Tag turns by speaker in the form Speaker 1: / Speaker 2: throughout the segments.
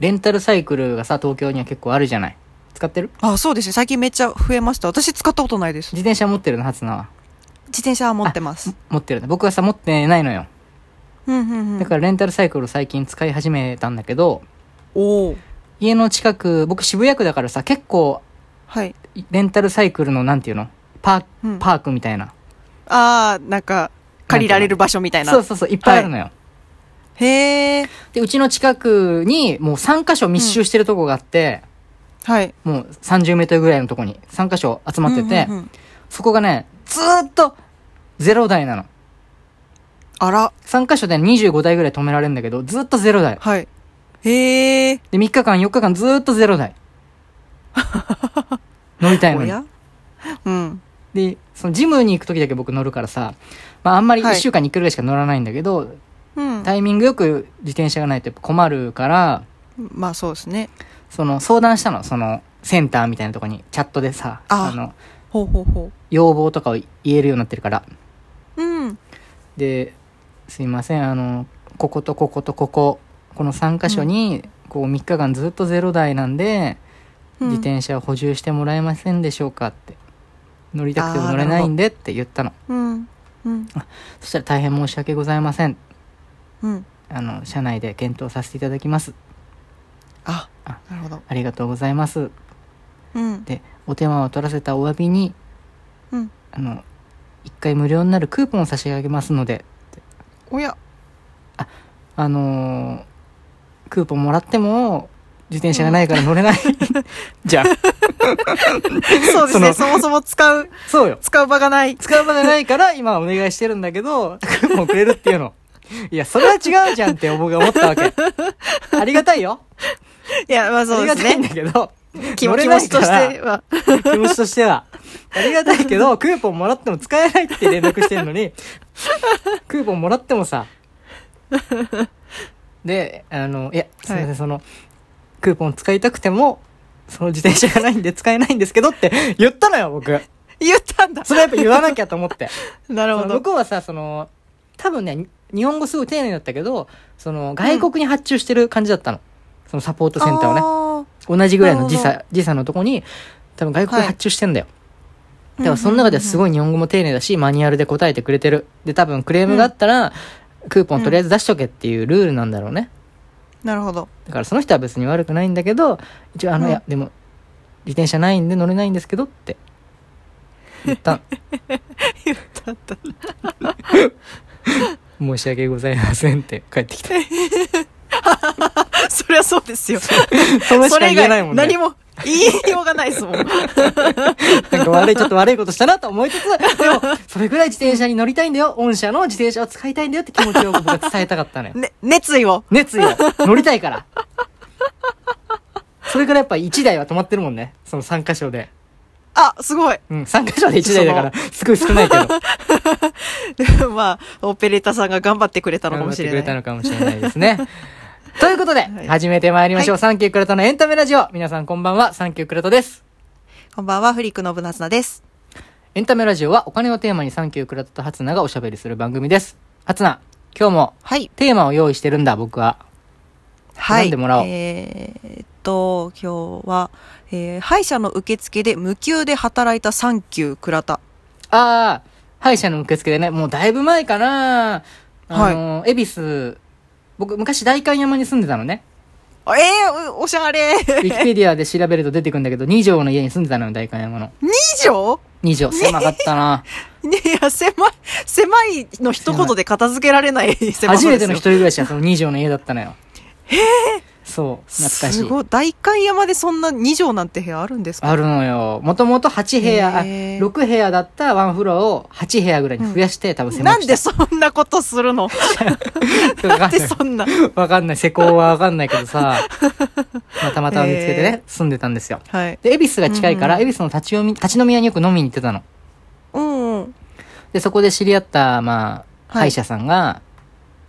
Speaker 1: レンタルサイクルがさ、東京には結構あるじゃない。使ってる
Speaker 2: あ、そうですね。最近めっちゃ増えました。私使ったことないです。
Speaker 1: 自転車持ってるの、初菜は。
Speaker 2: 自転車は持ってます。
Speaker 1: 持ってるね。僕はさ、持ってないのよ。
Speaker 2: うんうんうん。
Speaker 1: だからレンタルサイクルを最近使い始めたんだけど、
Speaker 2: おお。
Speaker 1: 家の近く、僕渋谷区だからさ、結構、
Speaker 2: はい。
Speaker 1: レンタルサイクルの、なんていうのパ
Speaker 2: う
Speaker 1: ー
Speaker 2: ん
Speaker 1: パークみたいな。
Speaker 2: あー、なんか、借りられる場所みたいな。
Speaker 1: そうそうそう、いっぱいあるのよ。
Speaker 2: へー。
Speaker 1: で、うちの近くに、もう3箇所密集してるとこがあって、
Speaker 2: はい。
Speaker 1: もう30メートルぐらいのとこに3箇所集まってて、
Speaker 2: うんうんうん
Speaker 1: そこがね、ずーっと0台なの。
Speaker 2: あら、
Speaker 1: 3箇所で25台ぐらい止められるんだけど、ずーっと0台。
Speaker 2: はい。へー。
Speaker 1: で、3日間、4日間ずーっと0台。 乗りたいの
Speaker 2: お
Speaker 1: に。
Speaker 2: やうん。
Speaker 1: で、そのジムに行く時だけ僕乗るからさ、まああんまり1
Speaker 2: はい
Speaker 1: 週間に1回ぐらいしか乗らないんだけど、
Speaker 2: うん。
Speaker 1: タイミングよく自転車がないとやっぱ困るから、
Speaker 2: まあそうですね。
Speaker 1: その相談したの、そのセンターみたいなとこにチャットでさ、
Speaker 2: あ
Speaker 1: の、
Speaker 2: ほうほうほ
Speaker 1: 要望とかを言えるようになってるから。
Speaker 2: う。うん。
Speaker 1: で、すいません、あの、こことこことここ、この3箇所に、こう3日間ずっとゼロ台なんで、
Speaker 2: うん
Speaker 1: 自転車を補充してもらえませんでしょうかって。乗りたくても乗れないんでって言ったの。
Speaker 2: うん。うん。
Speaker 1: そしたら大変申し訳ございません。
Speaker 2: うん。
Speaker 1: あの、社内で検討させていただきます。
Speaker 2: あ
Speaker 1: あ、
Speaker 2: なるほど。
Speaker 1: ありがとうございます。
Speaker 2: うん。
Speaker 1: で、お手間を取らせたお詫びに、
Speaker 2: うん。
Speaker 1: あの、一回無料になるクーポンを差し上げますので、
Speaker 2: おや。
Speaker 1: あのークーポンもらっても、自転車がないから乗れない。 じゃあ、
Speaker 2: そうですね。
Speaker 1: そ
Speaker 2: そもそも使う、
Speaker 1: そうよ。
Speaker 2: 使う場が ない。
Speaker 1: 使う場がないから、今お願いしてるんだけど、 クーポンくれるっていう の。いや、それは違うじゃんって僕が思ったわけ。ありがたいよ。
Speaker 2: いや、まあ
Speaker 1: あ
Speaker 2: そう
Speaker 1: り
Speaker 2: で
Speaker 1: が
Speaker 2: す
Speaker 1: たいん
Speaker 2: ね。
Speaker 1: だけど。
Speaker 2: 気
Speaker 1: 乗
Speaker 2: 持
Speaker 1: れ
Speaker 2: ち
Speaker 1: ないか
Speaker 2: と
Speaker 1: ら
Speaker 2: しては。
Speaker 1: 気持ちとしては。ありがたいけ ど、クーポンもらっても使えないって連絡してるのに、クーポンもらってもさ、で、あの、いや、すみません、
Speaker 2: はい
Speaker 1: その、クーポン使いたくても、その自転車がないんで使えないんですけどって言ったのよ、僕。
Speaker 2: 言ったんだ。
Speaker 1: それはやっぱ言わなきゃと思って。
Speaker 2: なる
Speaker 1: そ
Speaker 2: ほ
Speaker 1: の向こ
Speaker 2: ど。
Speaker 1: うはさ、その、多分ね、に日本語すごい丁寧だったけど、その、外国に発注してる感じだったの。そのサポートセンターをね。
Speaker 2: をね。
Speaker 1: 同じぐらいの時
Speaker 2: なる
Speaker 1: 差、時差のとこに、多分外国で発注してんだよ。だからその
Speaker 2: な
Speaker 1: 中ですごい日本語も丁寧だし、マニュアルで答えてくれてる。で、多分クレームがあったら、クーポンとりあえず出しとけっていうルールなんだろうね。
Speaker 2: なるほど。
Speaker 1: だからその人は別に悪くないんだけど、一応あの、
Speaker 2: うん
Speaker 1: いや、でも、自転車ないんで乗れないんですけどって言ったの
Speaker 2: 言ったんだ。
Speaker 1: 申し訳ございませんって帰ってきた。
Speaker 2: そりゃそうですよ。
Speaker 1: それし
Speaker 2: そ
Speaker 1: か
Speaker 2: れ以
Speaker 1: 言えないも
Speaker 2: 外
Speaker 1: んね
Speaker 2: 何。も言いようがないで すもん。
Speaker 1: なんか悪い、ちょっと悪いことしたなと思いつつ、で も、それぐらい自転車に乗りたいんだよ。御社の自転車を使いたいんだよって気持ちを僕が伝えたかったの よ。
Speaker 2: ね、熱意を。
Speaker 1: 熱意を乗りたいから。それからやっぱ1台は止まってるもんね。その3箇所で。
Speaker 2: あ、すごい。
Speaker 1: うん、3箇所で1台だから、すごい少ないけど。
Speaker 2: まあ、オペレーターさんが頑張ってくれたのかもしれ
Speaker 1: 頑張ってくれた
Speaker 2: ない。
Speaker 1: のかもしれないです ね。ということで、
Speaker 2: はい
Speaker 1: 始めてまいりましょう。
Speaker 2: は
Speaker 1: サンキュークラトのエンタメラジオ。皆さんこんばんは、サンキュークラトです。
Speaker 2: こんばんは、フリックのぶなつなです。
Speaker 1: エンタメラジオはお金をテーマにサンキュークラトとハツナがおしゃべりする番組です。ハツナ、今日も
Speaker 2: はい。
Speaker 1: テーマを用意してるんだ、僕は。
Speaker 2: はい。
Speaker 1: 選んでもらおう
Speaker 2: えーっと、今日は、えー歯医者の受付で無給で働いたサンキュー倉田。
Speaker 1: ああ、歯医者の受付でね、もうだいぶ前かな。あの、恵比寿、僕昔代官山に住んでたのね。
Speaker 2: あえー、うおしゃれ
Speaker 1: ウィキペディアで調べると出てくるんだけど、2畳の家に住んでたのよ、代官山の。
Speaker 2: 以上
Speaker 1: 2畳、狭かったな。
Speaker 2: ねいや、狭い、狭いの一言で片付けられない 狭さです
Speaker 1: 初
Speaker 2: よ
Speaker 1: めての一人暮らしはその2畳の家だったのよ。へえ。そう、懐かし
Speaker 2: す
Speaker 1: い。
Speaker 2: ごい。大観山でそんな2畳なんて部屋あるんですか
Speaker 1: あるのよ。もともと8部屋、あ
Speaker 2: へえ
Speaker 1: 6部屋だったワンフロアを8部屋ぐらいに増やして、多分狭
Speaker 2: な
Speaker 1: く
Speaker 2: ん
Speaker 1: し
Speaker 2: で
Speaker 1: た。
Speaker 2: そんなことするの
Speaker 1: わか
Speaker 2: なんん
Speaker 1: ない
Speaker 2: でそんな。
Speaker 1: わかんない。施工はわかんないけど さ。まあ、たまたま見つけて
Speaker 2: へ
Speaker 1: ね、住んでたんですよ。
Speaker 2: はい。
Speaker 1: で、恵比寿が近いから、
Speaker 2: うん
Speaker 1: 恵比寿の立ち読み、立ち飲み屋によく飲みに行ってたの。
Speaker 2: うんうん。
Speaker 1: で、そこで知り合った、まあ、
Speaker 2: はい
Speaker 1: 歯医者さんが、
Speaker 2: うん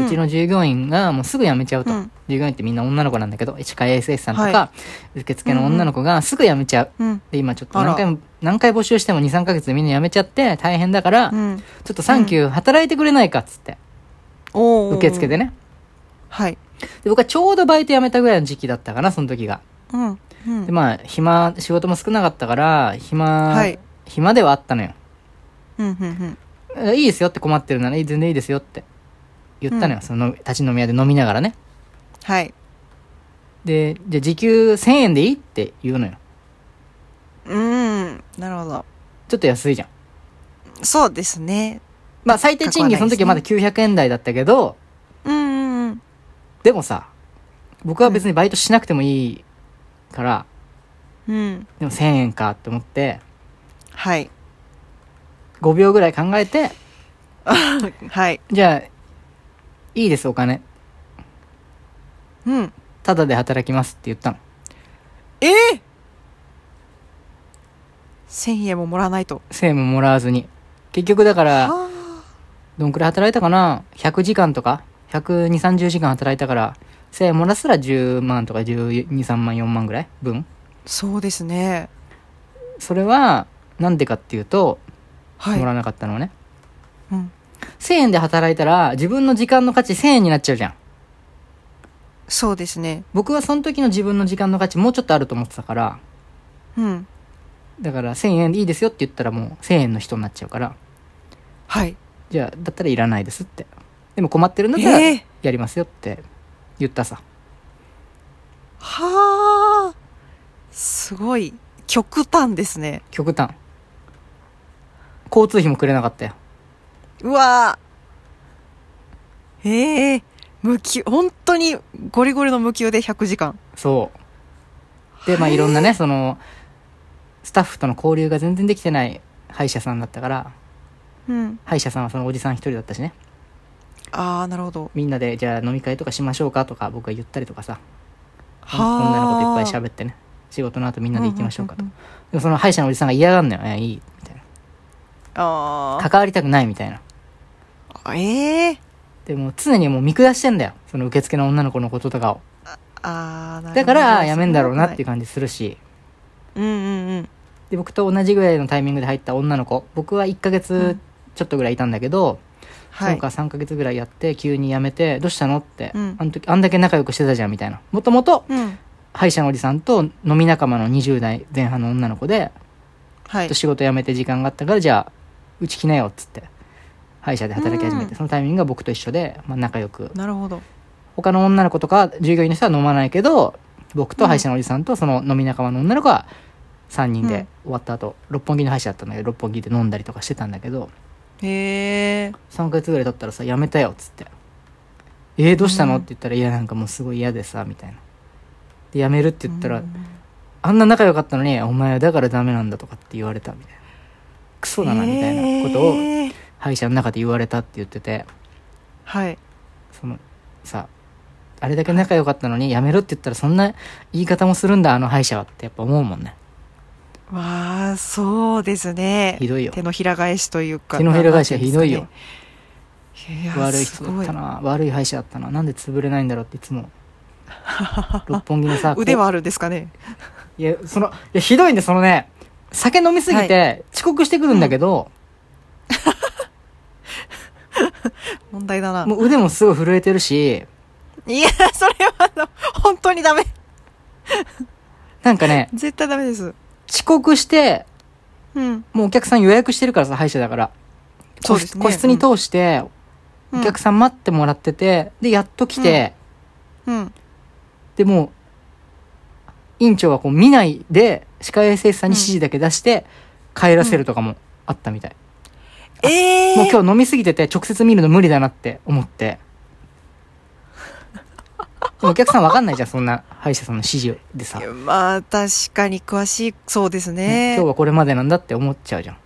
Speaker 1: うちの従業員がもうすぐ辞めちゃうと。
Speaker 2: うん
Speaker 1: 従業員ってみんな女の子なんだけど、歯科衛生士さんとか、
Speaker 2: は
Speaker 1: 受付の女の子がすぐ辞めちゃう。
Speaker 2: うん。
Speaker 1: で、今ちょっと
Speaker 2: あら
Speaker 1: 何回も、何回募集しても2、3ヶ月でみんな辞めちゃって大変だから、
Speaker 2: うん。
Speaker 1: ちょっとサンキュー働いてくれないかっつって、
Speaker 2: おー
Speaker 1: 受付でね。
Speaker 2: はい。
Speaker 1: で僕はちょうどバイト辞めたぐらいの時期だったかな、その時が。
Speaker 2: うん。うん
Speaker 1: で、まあ、暇、仕事も少なかったから、暇、
Speaker 2: はい。
Speaker 1: 暇ではあったのよ。
Speaker 2: うん、うん、うん。
Speaker 1: えいいですよって困ってるなら、いい全然いいですよって言ったのよ。
Speaker 2: うん
Speaker 1: その、立ち飲み屋で飲みながらね。
Speaker 2: はい。
Speaker 1: で、じゃあ時給1000円でいいって言うのよ。
Speaker 2: うん。なるほど。
Speaker 1: ちょっと安いじゃん。
Speaker 2: そうですね。
Speaker 1: まあ、最低賃金その時はまだ900円台だったけど、
Speaker 2: うん、うんうん。
Speaker 1: でもさ、僕は別にバイトしなくてもいいから、
Speaker 2: うん。
Speaker 1: でも1000円かって思って、
Speaker 2: はい。
Speaker 1: 5秒ぐらい考えて、
Speaker 2: はい。
Speaker 1: じゃあ、いいですお金。
Speaker 2: うん。
Speaker 1: ただで働きますって言ったの。
Speaker 2: ええ千円ももらわないと。
Speaker 1: 1000円ももらわずに。結局だから、
Speaker 2: は
Speaker 1: どんくらい働いたかな ?100 時間とか ?120、30時間働いたから、1000円もらすら10万とか12、3万、4万ぐらい分
Speaker 2: あそうですね。
Speaker 1: それは、なんでかっていうと、
Speaker 2: は
Speaker 1: もら
Speaker 2: い。
Speaker 1: わなかったのはね。
Speaker 2: うん、
Speaker 1: 1000円で働いたら、自分の時間の価値1000円になっちゃうじゃん。
Speaker 2: そうですね。
Speaker 1: 僕はその時の自分の時間の価値もうちょっとあると思ってたから、
Speaker 2: うん。
Speaker 1: だから1000円でいいですよって言ったらもう1000円の人になっちゃうから、
Speaker 2: はい。
Speaker 1: じゃあ、だったらいらないですって。でも困ってるんだったら、
Speaker 2: ええ
Speaker 1: やりますよって言ったさ。
Speaker 2: はあ。すごい。極端ですね。
Speaker 1: 極端。交通費もくれなかったよ。
Speaker 2: うわーええ無給、本当にゴリゴリの無給で100時間。
Speaker 1: そう。で、まあいろんなね、その、スタッフとの交流が全然できてない歯医者さんだったから、
Speaker 2: うん。
Speaker 1: 歯医者さんはそのおじさん一人だったしね、
Speaker 2: ああ、なるほど。
Speaker 1: みんなでじゃあ飲み会とかしましょうかとか僕が言ったりとかさ、
Speaker 2: はあ。
Speaker 1: 女の子といっぱい
Speaker 2: っ
Speaker 1: 喋ってね、仕事の後みんなで行きましょうかと。
Speaker 2: んんんん
Speaker 1: でもその歯医者のおじさんが嫌がんのよ、えいい、みたい
Speaker 2: あ
Speaker 1: な。関わりたくないみたいな。
Speaker 2: あ。ええ
Speaker 1: でもう常にもう見下してんだよ、その受付の女の子のこととかを。
Speaker 2: ああ、なるほど。
Speaker 1: だからやめんだろうなっていう
Speaker 2: か。
Speaker 1: 感じするし、
Speaker 2: うんうんうん。
Speaker 1: で僕と同じぐらいのタイミングで入った女の子僕は1ヶ月ちょっとぐらいいたんだけど、
Speaker 2: は
Speaker 1: そ
Speaker 2: い。
Speaker 1: のか3ヶ月ぐらいやって急に辞めて「どうしたの?」って、
Speaker 2: うん
Speaker 1: あの時あんだけ仲良くしてたじゃんみたいなもともと
Speaker 2: うん。
Speaker 1: 歯医者のおじさんと飲み仲間の20代前半の女の子で、
Speaker 2: はい。
Speaker 1: 仕事辞めて時間があったからじゃあうち来なよっつって歯医者で働き始めて、
Speaker 2: うん
Speaker 1: そのタイミングが僕と一緒で、まあ、仲良く
Speaker 2: なるほど。
Speaker 1: 他の女の子とか従業員の人は飲まないけど僕と歯医者のおじさんとその飲み仲間の女の子は3人
Speaker 2: う
Speaker 1: で
Speaker 2: ん
Speaker 1: 終わった後、六本木の歯医者だったんだけど六本木で飲んだりとかしてたんだけど
Speaker 2: へえ。
Speaker 1: 3ヶ月ぐらい経ったらさ「やめたよ」っつって「えー、どうしたの?」
Speaker 2: う
Speaker 1: っ
Speaker 2: ん
Speaker 1: て言ったら「いやなんかもうすごい嫌でさ」みたいな。で辞めるって言ったら、
Speaker 2: うん
Speaker 1: あんな仲良かったのに「お前はだからダメなんだ」とかって言われたみたいなクソだなみたいなことを
Speaker 2: へえ
Speaker 1: 歯医者の中で言われたって言ってて
Speaker 2: はい。
Speaker 1: そのさあれだけ仲良かったのにやめろって言ったらそんな言い方もするんだあの歯医者はってやっぱ思うもんね
Speaker 2: わあ、そうですね。
Speaker 1: ひどいよ
Speaker 2: 手のひら返しというか。
Speaker 1: 手のひら返しはひどいよ
Speaker 2: なんてうんですかね。いや
Speaker 1: 悪い人だった
Speaker 2: す
Speaker 1: な悪い歯医者だったななんで潰れないんだろうっていつも六本木のさ
Speaker 2: ごい 腕
Speaker 1: こ
Speaker 2: はあるんですかね。
Speaker 1: ういやそのいやひどいんでそのね酒飲みすぎて遅刻してくるんだけど、
Speaker 2: 問題だな。
Speaker 1: もう腕もすごい震えてるし
Speaker 2: いや、それはあの、本当にダメ。
Speaker 1: なんかね
Speaker 2: 絶対ダメです。
Speaker 1: 遅刻して
Speaker 2: うん。
Speaker 1: もうお客さん予約してるからさ歯医者だから
Speaker 2: そうですね
Speaker 1: 個室個室に通して、お客さん待ってもらっててでやっと来て、
Speaker 2: うん。
Speaker 1: でもう院長はこう見ないで歯科衛生士さんに指示だけ出して帰らせるとかもあったみたい、
Speaker 2: ええ
Speaker 1: もう今日飲みすぎてて直接見るの無理だなって思 ってでもお客さんわかんないじゃんそんな歯医者さんの指示でさ、
Speaker 2: まあ、確かに詳しい、そうです
Speaker 1: ね
Speaker 2: ね。
Speaker 1: 今日はこれまでなんだって思っちゃうじゃん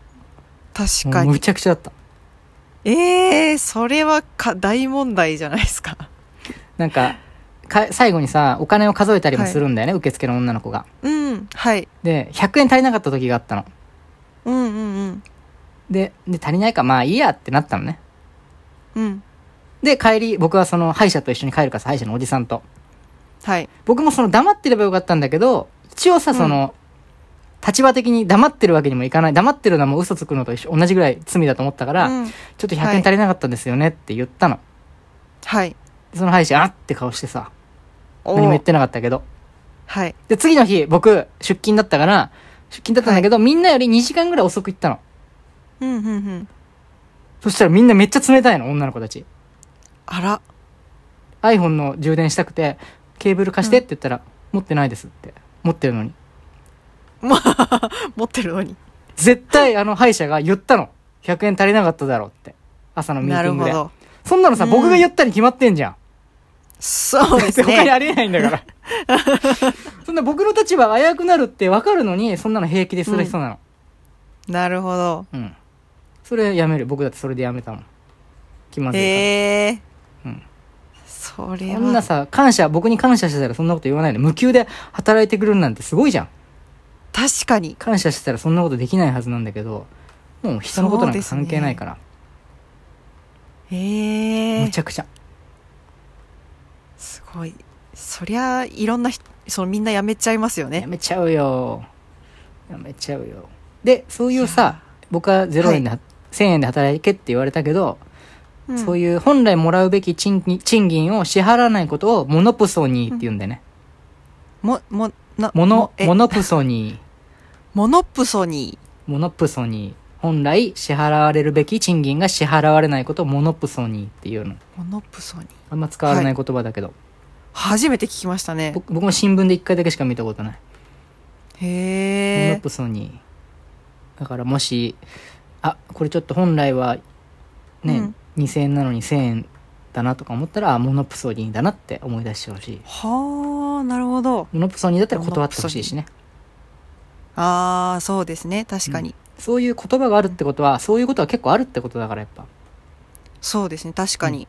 Speaker 2: 確
Speaker 1: も
Speaker 2: か
Speaker 1: うむ
Speaker 2: に。
Speaker 1: ちゃくちゃだった
Speaker 2: ええそれはか、大問題じゃないですか。
Speaker 1: なんかか最後にさお金を数えたりもするんだよね、受付の女の子が
Speaker 2: うん。はい。
Speaker 1: で100円足りなかった時があったの
Speaker 2: うんうん
Speaker 1: でで足りないかまあいいやってなったのね
Speaker 2: うん。うん。
Speaker 1: で、帰り、僕はその歯医者と一緒に帰るからさ、歯医者のおじさんと。
Speaker 2: はい。
Speaker 1: 僕もその黙ってればよかったんだけど、一応さ、
Speaker 2: うん
Speaker 1: その、立場的に黙ってるわけにもいかない。黙ってるのはもう嘘つくのと一緒、同じぐらい罪だと思ったから、
Speaker 2: うん
Speaker 1: ちょっと100円足りなかったんですよねって言ったの。
Speaker 2: はい。
Speaker 1: その配信、あって顔してさ、
Speaker 2: お
Speaker 1: 何も言っ
Speaker 2: ー
Speaker 1: てなかったけど。
Speaker 2: はい。
Speaker 1: で、次の日、僕、出勤だったから、出勤だったんだけど、みんなより2時間ぐらい遅く行ったの。
Speaker 2: うんうんうん。
Speaker 1: そしたらみんなめっちゃ冷たいの、女の子たち。
Speaker 2: あら。
Speaker 1: iPhone の充電したくて、ケーブル貸してって言ったら、持ってないですって。持ってるのに。
Speaker 2: まあ、持ってるのに。
Speaker 1: 絶対、あの、歯医者が言ったの。100円足りなかっただろうって。朝のミー
Speaker 2: な
Speaker 1: ティ
Speaker 2: る
Speaker 1: ング
Speaker 2: ほ
Speaker 1: で。
Speaker 2: ど。
Speaker 1: そんなのさ、
Speaker 2: うん
Speaker 1: 僕が言ったに決まってんじゃん。
Speaker 2: そう
Speaker 1: だ
Speaker 2: で
Speaker 1: っ
Speaker 2: す
Speaker 1: て 他に
Speaker 2: ね。
Speaker 1: ありえないんだ から。そんな僕の立場が危うくなるって分かるのに、そんなの平気でする人なの。
Speaker 2: なるほど。
Speaker 1: うん。それやめる。僕だってそれでやめたもん。気まずいから。
Speaker 2: へえ。
Speaker 1: うん
Speaker 2: それ
Speaker 1: そんな
Speaker 2: は。
Speaker 1: さ、感謝、僕に感謝してたらそんなこと言わないの。無給で働いてくれるなんてすごいじゃん。
Speaker 2: 確かに。
Speaker 1: 感謝してたらそんなことできないはずなんだけど、もう人のことなん
Speaker 2: そうで
Speaker 1: か
Speaker 2: すね
Speaker 1: 関係ないから。
Speaker 2: へ
Speaker 1: む
Speaker 2: え
Speaker 1: ち。ゃくちゃ。
Speaker 2: すごい。そりゃ、いろんな人、そのみんな辞めちゃいますよ
Speaker 1: や
Speaker 2: ね。
Speaker 1: めちゃうよ。やめちゃうよ。で、そういうさ、僕は0円で、1000円で働けって言われたけど、そう
Speaker 2: い
Speaker 1: いう本来もらうべき賃金賃金を支払わないことをモノプソニーって言うんだよね。
Speaker 2: うん。も、も、な、
Speaker 1: モノ、
Speaker 2: え
Speaker 1: モノプソニー。
Speaker 2: モノプソニ
Speaker 1: モノプソニー。本来支払われるべき賃金が支払われないことをモノプソニーっていうの。
Speaker 2: ー。モノプソニー。
Speaker 1: あんま使われない言葉だけど。
Speaker 2: 初めて聞きましたね。
Speaker 1: 僕僕も新聞で一回だけしか見たことない。モノ
Speaker 2: へえ。
Speaker 1: プソニー。だからもし、あ、これちょっと本来はね、2000円なのに1000円だなとか思ったら、あモノプソニーだなって思い出してほしい。
Speaker 2: はあ、なるほど。
Speaker 1: モノプソニーだったら断ってほしいしね。
Speaker 2: ああ、そうですね。確かに。
Speaker 1: そういう言葉があるってことは、そういうことは結構あるってことだからやっぱ。
Speaker 2: そうですね。確かに。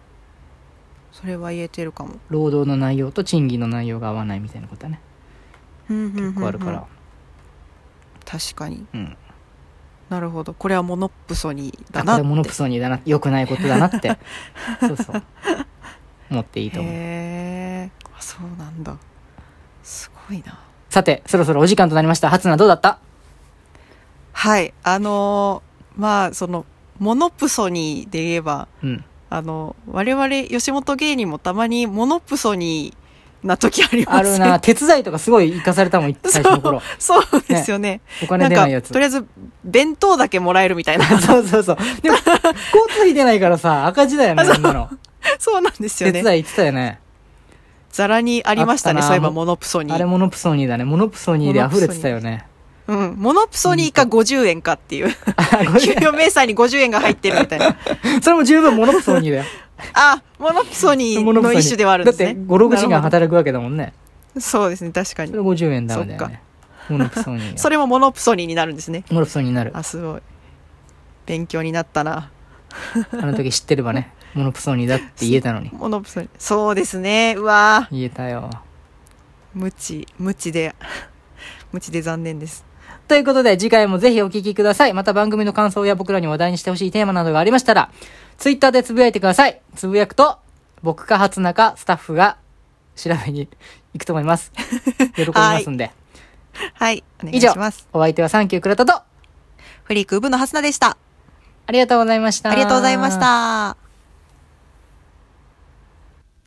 Speaker 2: それは言えてるかも。
Speaker 1: 労働の内容と賃金の内容が合わないみたいなことはね。
Speaker 2: 結
Speaker 1: 結構あるから。
Speaker 2: 確かに。
Speaker 1: うん。
Speaker 2: なるほど。これはモノプソニーだ
Speaker 1: あ
Speaker 2: な
Speaker 1: こ
Speaker 2: って。
Speaker 1: れモノプソニーだな。良くないことだなって。そうそう。思っていいと思う。
Speaker 2: へえ。あそうなんだ。すごいな。
Speaker 1: さて、そろそろお時間となりました。初菜どうだった
Speaker 2: はい。あのーまあ、その、モノプソニーで言えば、
Speaker 1: うん。
Speaker 2: あの、我々、吉本芸人もたまにモノプソニーな時あります
Speaker 1: あるな。 手伝いとかすごい活かされたもん、最初の頃。
Speaker 2: そうそうですよね。
Speaker 1: お金
Speaker 2: なん
Speaker 1: 出
Speaker 2: か
Speaker 1: ないや、つ
Speaker 2: と。りあえず、弁当だけもらえるみたいな。
Speaker 1: そうそうそう。でも、交通費出ないからさ、赤字だよね、そんなの。
Speaker 2: そうなんですよ
Speaker 1: 手
Speaker 2: ね
Speaker 1: 伝い。言ってたよね。
Speaker 2: ざらにありましたね。
Speaker 1: あったな
Speaker 2: そういえば、モノプソニ
Speaker 1: あれ
Speaker 2: ー。
Speaker 1: モノプソニーだね。モノプソニーで溢れてたよね。
Speaker 2: うん。モノプソニーか50円かっていう。
Speaker 1: あごめん
Speaker 2: 給与明細に50円が入ってるみた いな。
Speaker 1: それも十分モノプソニーだよ。
Speaker 2: あ、モノプソニー
Speaker 1: モノプソ
Speaker 2: の
Speaker 1: ニー
Speaker 2: 一種ではあるんですね。
Speaker 1: だって、5、6時間
Speaker 2: なる
Speaker 1: 働くわけだもんね。
Speaker 2: ほどそうですね、確か
Speaker 1: そ
Speaker 2: に
Speaker 1: れ。50円ダメだ
Speaker 2: そ
Speaker 1: よ
Speaker 2: っ
Speaker 1: ね。モノプソニー
Speaker 2: そ
Speaker 1: が。
Speaker 2: れもモノプソニーになるんですね。
Speaker 1: モノプソニーになる。
Speaker 2: あ、すごい。勉強になったな。
Speaker 1: あの時知ってればね、モノプソニーだって言えたのに。
Speaker 2: モノプソニー。そうですね。うわ
Speaker 1: 言えたよ。
Speaker 2: ー無知、無知で、無知で残念です。
Speaker 1: ということで、次回もぜひお聞きください。また番組の感想や僕らに話題にしてほしいテーマなどがありましたら、ツイッターでつぶやいてください。つぶやくと、僕か初中スタッフが調べに行くと思い ます。喜びますんで。
Speaker 2: はい。お願
Speaker 1: 以
Speaker 2: い
Speaker 1: 上
Speaker 2: します。、
Speaker 1: お相手はサンキュー倉田と、
Speaker 2: フリークウブのハスナでした。
Speaker 1: ありがとうございました。
Speaker 2: ありがとうございまし。た。